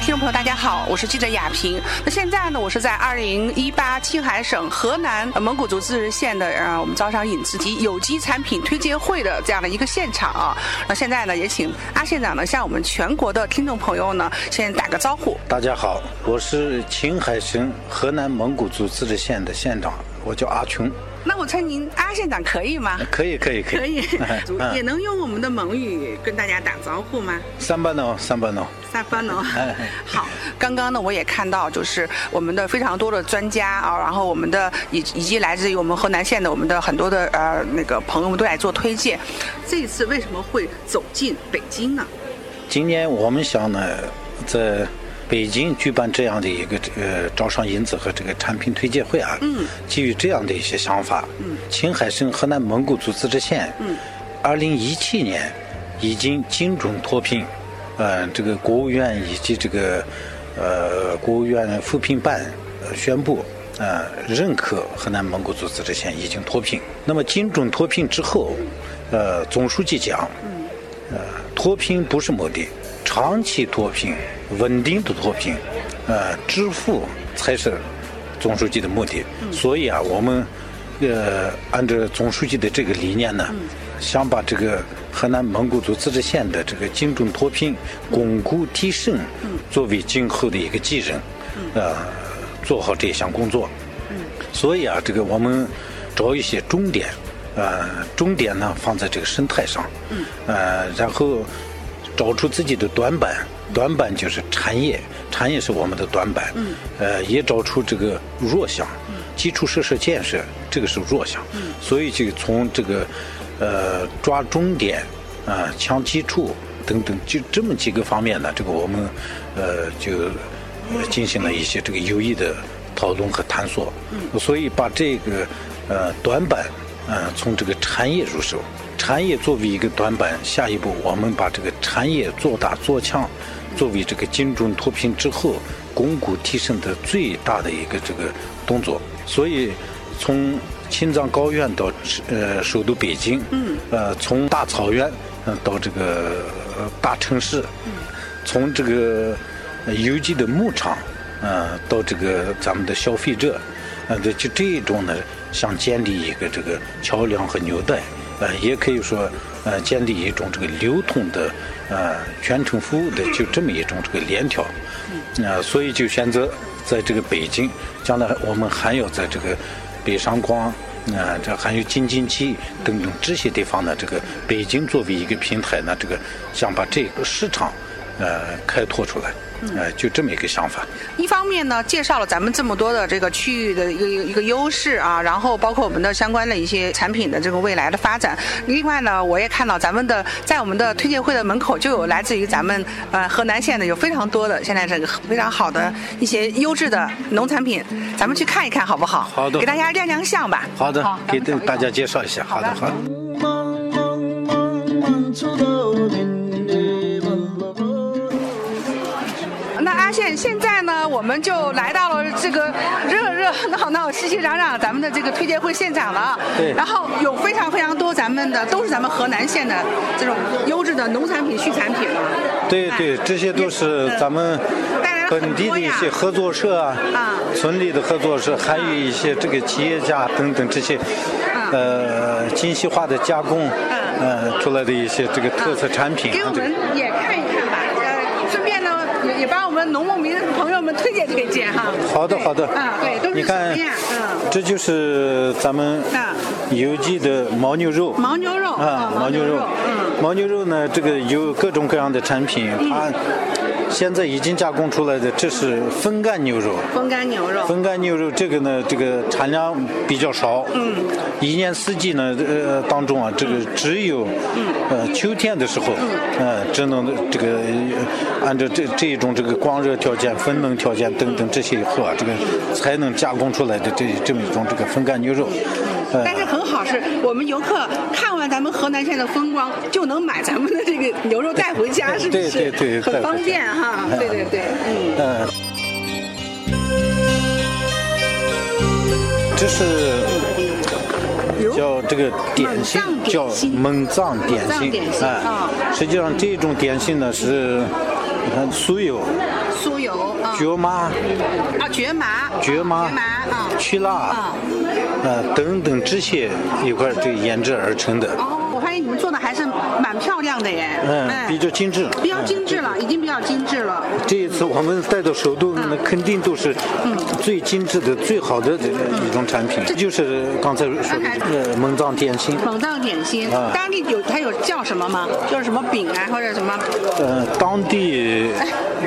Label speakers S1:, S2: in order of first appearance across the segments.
S1: 听众朋友，大家好，我是记者雅萍。那现在呢，我是在二零一八青海省河南呃蒙古族自治县的呃我们招商引资及有机产品推介会的这样的一个现场啊。那现在呢，也请阿县长呢向我们全国的听众朋友呢先打个招呼。
S2: 大家好，我是青海省河南蒙古族自治县的县长，我叫阿琼。
S1: 那我称您阿县长可以吗？
S2: 可以，可以，可以。
S1: 可以
S2: 嗯，
S1: 也能用我们的蒙语跟大家打招呼吗？
S2: 三班呢？三班呢？哦
S1: 下班了。哦 好，刚刚呢，我也看到，就是我们的非常多的专家啊，然后我们的以以及来自于我们河南县的我们的很多的呃那个朋友们都来做推荐。这一次为什么会走进北京呢？
S2: 今年我们想呢，在北京举办这样的一个呃招商引资和这个产品推介会啊，
S1: 嗯，
S2: 基于这样的一些想法，
S1: 嗯，
S2: 青海省河南蒙古族自治县，
S1: 嗯，
S2: 二零一七年已经精准脱贫，呃，这个国务院以及这个呃国务院扶贫办呃宣布。呃，认可河南蒙古族自治县已经脱贫。那么精准脱贫之后，呃，总书记讲，呃，脱贫不是目的，长期脱贫、稳定的脱贫，呃，致富才是总书记的目的。所以啊，我们呃，按照总书记的这个理念呢，想把这个河南蒙古族自治县的这个精准脱贫、巩固提升，作为今后的一个继任，呃，做好这项工作。所以啊，这个我们找一些重点，呃，重点呢放在这个生态上，嗯，呃，然后找出自己的短板，短板就是产业，产业是我们的短板，嗯，呃，也找出这个弱项，基础设施建设这个是弱项，嗯，所以就从这个呃抓重点，啊、强基础等等，就这么几个方面呢，这个我们呃就呃进行了一些这个有益的。讨论和探索，所以把这个呃短板，呃从这个产业入手，产业作为一个短板，下一步我们把这个产业做大做强，作为这个精准脱贫之后巩固提升的最大的一个这个动作，所以从青藏高原到呃首都北京，
S1: 嗯，
S2: 呃从大草原嗯、呃到这个呃大城市，从这个呃有机的牧场，呃，到这个咱们的消费者，呃，这就这种呢，想建立一个这个桥梁和纽带，呃，也可以说，呃，建立一种这个流通的，呃，全程服务的，就这么一种这个链条，呃，所以就选择在这个北京，将来我们还要在这个北上广。啊、这还有京津冀等等这些地方呢，这个北京作为一个平台呢，这个想把这个市场呃开拓出来，
S1: 嗯
S2: 呃，就这么一个想法。
S1: 一方面呢，介绍了咱们这么多的这个区域的一个一个优势啊，然后包括我们的相关的一些产品的这个未来的发展。另外呢，我也看到咱们的在我们的推介会的门口就有来自于咱们呃河南县的有非常多的现在这个非常好的一些优质的农产品，咱们去看一看好不好？
S2: 好的
S1: 给大家亮亮相吧。
S2: 好的，
S1: 好
S2: 给
S1: 咱们找一
S2: 大家介绍一下。好的，好的。
S1: 嗯那阿宪，现在呢，我们就来到了这个热热闹闹、熙熙攘攘咱们的这个推介会现场了。啊
S2: 对
S1: 然后有非常非常多咱们的，都是咱们河南县的这种优质的农产品、畜产品嘛。
S2: 对对，这些都是咱们
S1: 带来了很多呀
S2: 本地的一些合作社啊
S1: 啊，
S2: 村里的合作社，还有一些这个企业家等等这些，
S1: 嗯
S2: 呃，精细化的加工，呃，出来的一些这个特色产品
S1: 给
S2: 啊
S1: 我。
S2: 这个
S1: 们也看一看吧，呃，顺便呢也也帮我们农牧民朋友们推荐推荐哈。
S2: 好的，好的。
S1: 嗯，对，都
S2: 你
S1: 是什么
S2: 看
S1: 呀？嗯，，
S2: 这就是咱们
S1: 嗯
S2: 邮寄的牦牛肉。
S1: 牦牛肉
S2: 啊，牦牛肉
S1: 嗯，
S2: 牦牛肉呢，这个有各种各样的产品，它现在已经加工出来的，这是风干牛肉。
S1: 风干牛肉，
S2: 风干牛肉这个呢，这个产量比较少，嗯，一年四季呢，呃，当中啊，这个只有，
S1: 嗯
S2: 呃，秋天的时候，呃，只能这个呃按照这这种这个光热条件、风能条件等等这些以后啊，这个才能加工出来的这这么一种这个风干牛肉，呃
S1: 嗯但，是很好，是我们游客看完咱们河南县的风光，就能买咱们的这个牛肉带回家，是不是？
S2: 对对对
S1: 很方便哈。
S2: 带回家
S1: 对对对，嗯。
S2: 呃，这是叫这个点心
S1: 蒙藏，点
S2: 叫
S1: 心
S2: 蒙藏点
S1: 蒙藏
S2: 心
S1: 点心
S2: 哎
S1: 啊
S2: 呃实际上这种点心呢是，你看酥油，
S1: 酥油
S2: 蕨麻、
S1: 啊，蕨麻，
S2: 蕨麻、
S1: 蕨麻啊，
S2: 曲辣，呃等等这些一块儿这研制而成的，
S1: 哦，我发现你们做的还是蛮漂亮的耶，
S2: 嗯，
S1: 哎
S2: 比较精致，
S1: 比较
S2: 嗯
S1: 精致了，已经比较精致了。
S2: 这一次我们带到首都，那肯定都是
S1: 嗯
S2: 最精致的、最好的这个一种产品，就是刚才说的这个呃蒙藏点心。
S1: 蒙藏点心，
S2: 啊
S1: 当地有它有叫什么吗？就是什么饼啊，或者什么
S2: 呃，当地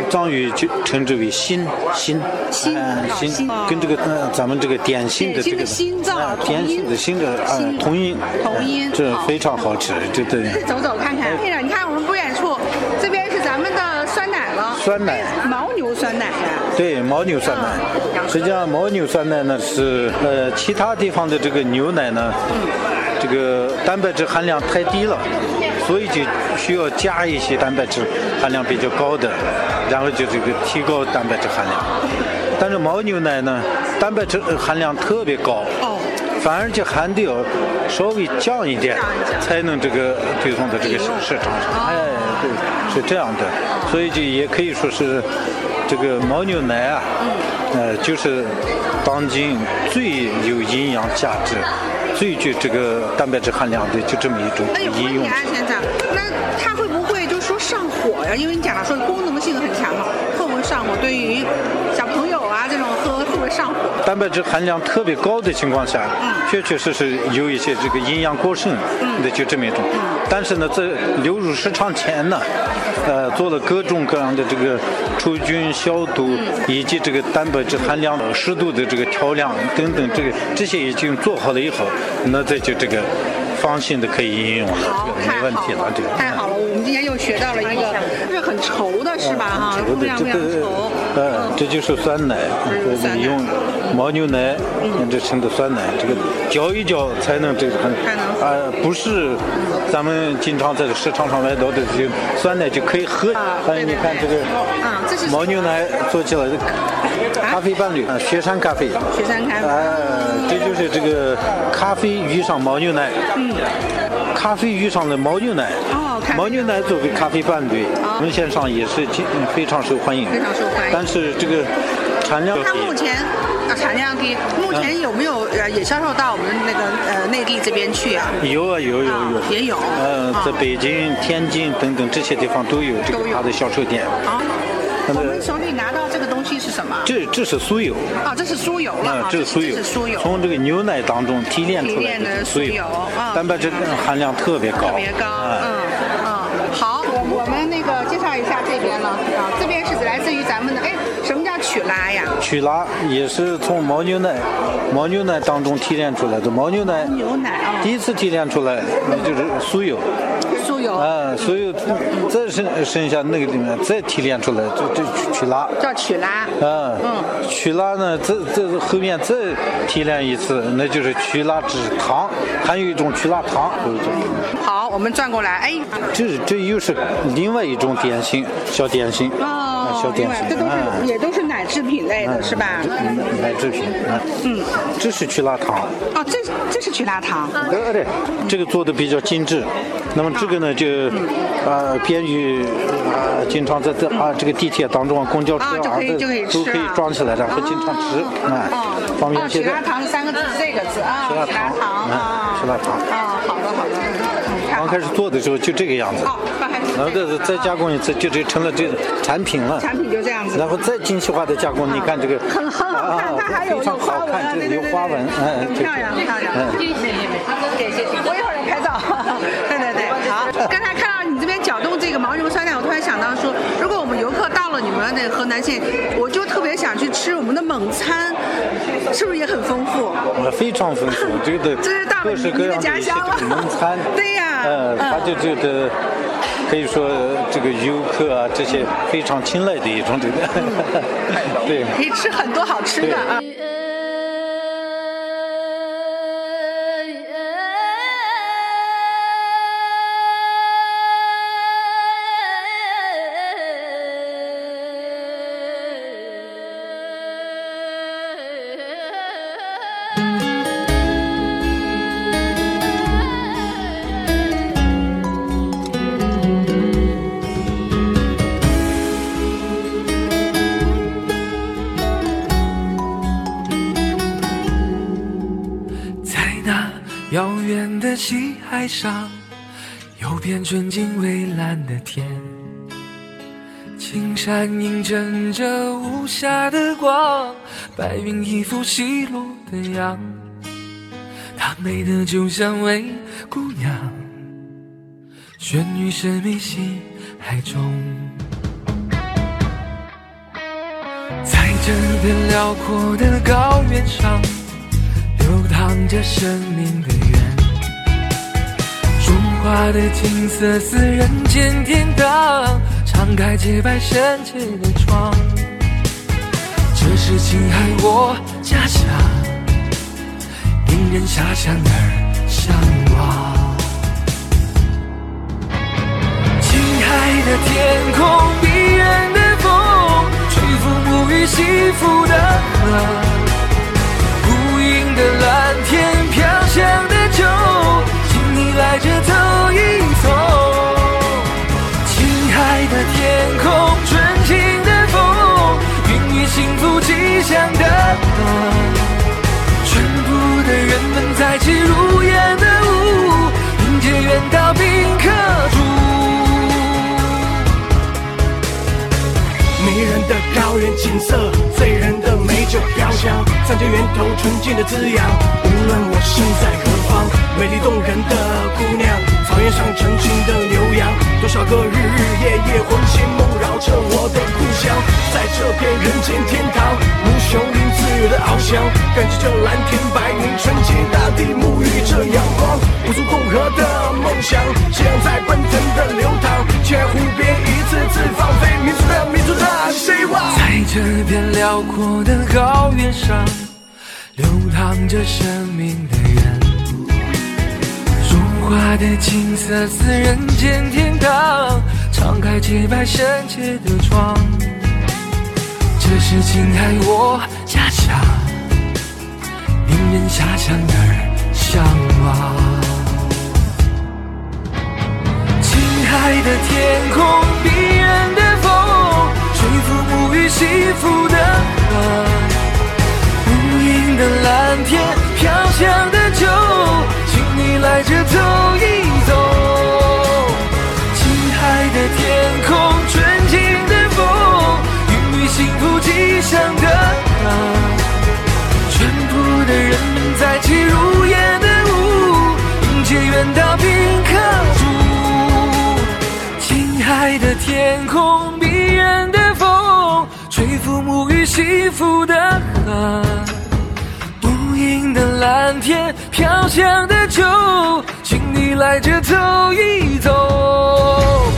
S2: 藏语就称之为心心
S1: 心
S2: 呃
S1: 哦
S2: 心
S1: 心，
S2: 跟这个呃咱们这个点心的这个
S1: 点心的心脏
S2: 啊
S1: 同音
S2: 点心的心的呃
S1: 心
S2: 同音
S1: 同音
S2: 呃这
S1: 好
S2: 非常好吃，这对。
S1: 走走看
S2: 哎
S1: 看。对了，你看我们不远处，这边是咱们的酸奶了，
S2: 酸奶
S1: 哎牦牛酸奶啊呀、
S2: 对牦牛酸奶，实际上牦牛酸奶呢是呃其他地方的这个牛奶呢，这个蛋白质含量太低了，所以就需要加一些蛋白质含量比较高的，然后就这个提高蛋白质含量。但是牦牛奶呢，蛋白质含量特别高，
S1: 哦
S2: 反而就含的要稍微降一点
S1: 降一，降哦
S2: 才能这个推送到这个市市场上。哎，对，是这样的，所以就也可以说是这个牦牛奶啊，
S1: 嗯
S2: 呃，就是当今最有营养价值、最具这个蛋白质含量的就这么一种
S1: 那有
S2: 饮
S1: 问
S2: 哦用
S1: 题啊，先生，那它会不会就说上火呀？因为你讲了说功能性很强嘛，会不会上火？对于小朋友啊这种喝会不会上火？
S2: 蛋白质含量特别高的情况下，
S1: 嗯
S2: 确确实实有一些这个营养过剩的就这么一种。
S1: 嗯
S2: 但是呢，在流入市场前呢，
S1: 嗯
S2: 呃，做了各种各样的这个除菌消毒，
S1: 嗯
S2: 以及这个蛋白质含量呃适度的这个调量等等，这个这些已经做好了以后，那这就这个放心的可以应用了，
S1: 好，
S2: 这个
S1: 太
S2: 没问
S1: 好
S2: 题了，这个。
S1: 太好了，我们今天又学到了一个，是很稠的是吧？哈，
S2: 稠
S1: 非
S2: 的
S1: 常
S2: 哦哎这
S1: 非常
S2: 个
S1: 稠。，
S2: 呃，这就是酸奶，
S1: 嗯
S2: 这
S1: 酸
S2: 个
S1: 奶
S2: 用牦牛奶这盛的酸奶，这个搅一搅才能这个很
S1: 才能，喝
S2: 呃，不是咱们经常在市场上买到的这种酸奶就可以喝
S1: 啊，
S2: 但是
S1: 对
S2: 你
S1: 对
S2: 看这
S1: 对
S2: 个
S1: 嗯这是
S2: 牦牛奶做起来的咖啡伴侣，啊雪山咖啡，
S1: 雪山咖啡
S2: 呃，这就是这个咖啡遇上牦牛奶，嗯，咖啡遇上了牦牛奶，
S1: 哦咖啡
S2: 牦牛奶作为咖啡伴侣，
S1: 哦
S2: 我们线上也是经嗯非常受欢迎，
S1: 非常受欢迎
S2: 但是这个产量
S1: 它目前啊产量低，目前有没有呃也销售到我们那个呃内地这边去啊？
S2: 有啊有有
S1: 啊
S2: 有，
S1: 也有
S2: 呃
S1: 啊，
S2: 在北京、天津等等这些地方都有这
S1: 都
S2: 个
S1: 有
S2: 它的销售店。
S1: 啊，
S2: 那么
S1: 我们手里拿到这个东西是什么？
S2: 这这是酥油，
S1: 啊，这是酥油了
S2: 啊
S1: 啊，，
S2: 这是酥油，
S1: 这是酥油，
S2: 从这个牛奶当中提炼出来
S1: 提炼的
S2: 酥
S1: 酥油啊
S2: 蛋白质含量特别高，
S1: 特别高，
S2: 啊
S1: 嗯嗯。好，我我们那个介绍一下这边了啊，这边是来自于咱们的，哎，什么叫曲拉呀？
S2: 曲拉也是从牦牛奶，牦牛奶当中提炼出来的。牦牛奶
S1: 牛奶啊
S2: 第一次提炼出来，那就是酥油
S1: 酥油
S2: 啊，酥油再剩剩下那个里面再提炼出来，就就曲曲拉
S1: 叫曲拉，
S2: 啊
S1: 嗯，
S2: 曲拉呢，这这后面再提炼一次，那就是曲拉脂糖，还有一种曲拉糖，有一种
S1: 好，我们转过来，哎，
S2: 这这又是另外一种点心，小点心啊
S1: 哦，，
S2: 小
S1: 另
S2: 点
S1: 外
S2: 心，
S1: 这都
S2: 啊
S1: 是也都是奶制品类的是吧？
S2: 嗯，奶制品，嗯，这是曲拉糖，
S1: 哦，这这是曲拉糖，
S2: 对对，这个做的比较精致。那么这个呢，就啊，便于啊，经常在这啊这个地铁当中啊、公交车
S1: 啊就可以
S2: 这
S1: 就可以吃
S2: 都可以
S1: 啊
S2: 装起来，然后经常吃啊
S1: 哦，，
S2: 方便
S1: 哦，曲
S2: 携
S1: 拉
S2: 带。
S1: 糖是三个字，这个字啊，
S2: 曲拉
S1: 曲拉
S2: 糖
S1: 糖
S2: 嗯
S1: 啊，
S2: 曲拉糖
S1: 啊，好的好的，嗯太好
S2: 刚
S1: 了
S2: 开始做的时候就这个样子，
S1: 哦，刚开始
S2: 然后
S1: 这
S2: 再
S1: 个
S2: 再加工一次，就这成了这个产品了。
S1: 产品就这样子。
S2: 然后再精细化的加工，你看这个啊
S1: 很很好看，它还有
S2: 非
S1: 有
S2: 常
S1: 花
S2: 好
S1: 纹啊，
S2: 看，
S1: 对
S2: 这
S1: 对
S2: 有
S1: 对，
S2: 花纹，哎，
S1: 很
S2: 这个
S1: 漂亮，很漂亮。
S2: 嗯
S1: 我一会儿也拍照，对对对，好。刚才看到你这边搅动这个牦牛酸奶，我突然想到说，如果我们游客到了你们那个河南县，我就特别想去吃我们的蒙餐，是不是也很丰富？
S2: 我非常丰富，这 个的
S1: 这是大本，
S2: 各式各样的一些这个农餐
S1: 对呀
S2: 呃，
S1: 嗯
S2: 他就这个可以说这个游客啊这些非常青睐的一种这个， 对。
S1: 可以吃很多好吃的啊。
S3: 海上，游遍纯净蔚蓝的天。青山映衬着无暇的光，白云一副西落的样，她美得就像位姑娘，旋于神秘西海中。在这片辽阔的高原上，流淌着生命的源。中华的景色似人间天堂，敞开洁白深切的窗。这是青海我家乡，令人遐想而向往。青海的天空，迷人的风，吹拂沐浴幸福的河，无垠的蓝天，飘香的酒，请你来这走一走。青海的天空，纯情的风，孕育幸福吉祥的歌。全部的人们在起如烟的舞，迎接远道宾客住。
S4: 迷人的高原景色，醉人的美酒飘香，三江源头纯净的滋养。无论我身在何方，美丽动人的姑娘，草原上成群的牛羊，多少个日日夜夜魂牵梦绕着我的故乡。在这片人间天堂，无穷云自由的翱翔，感觉这蓝天白云，纯洁大地沐浴着阳光，不足共和的梦想，斜阳在奔腾的流淌，青海湖边一次次放飞民族的民族的希望。
S3: 在这片辽阔的高原上，流淌着生命的源。中华的景色似人间天堂，敞开洁白深切的窗。这是青海我家乡，令人遐想而向往。青海的天空，迷人的风，吹拂沐浴幸福的河，无垠的蓝天，飘香的酒，请你来这走一走。青海的天空，纯净的风，孕育幸福吉祥的歌。淳朴的人们在起如烟的舞，迎接远道宾客住。青海的天空，迷人的风，吹拂沐浴幸福的河。无垠的蓝天，飘香的酒，请你来这走一走。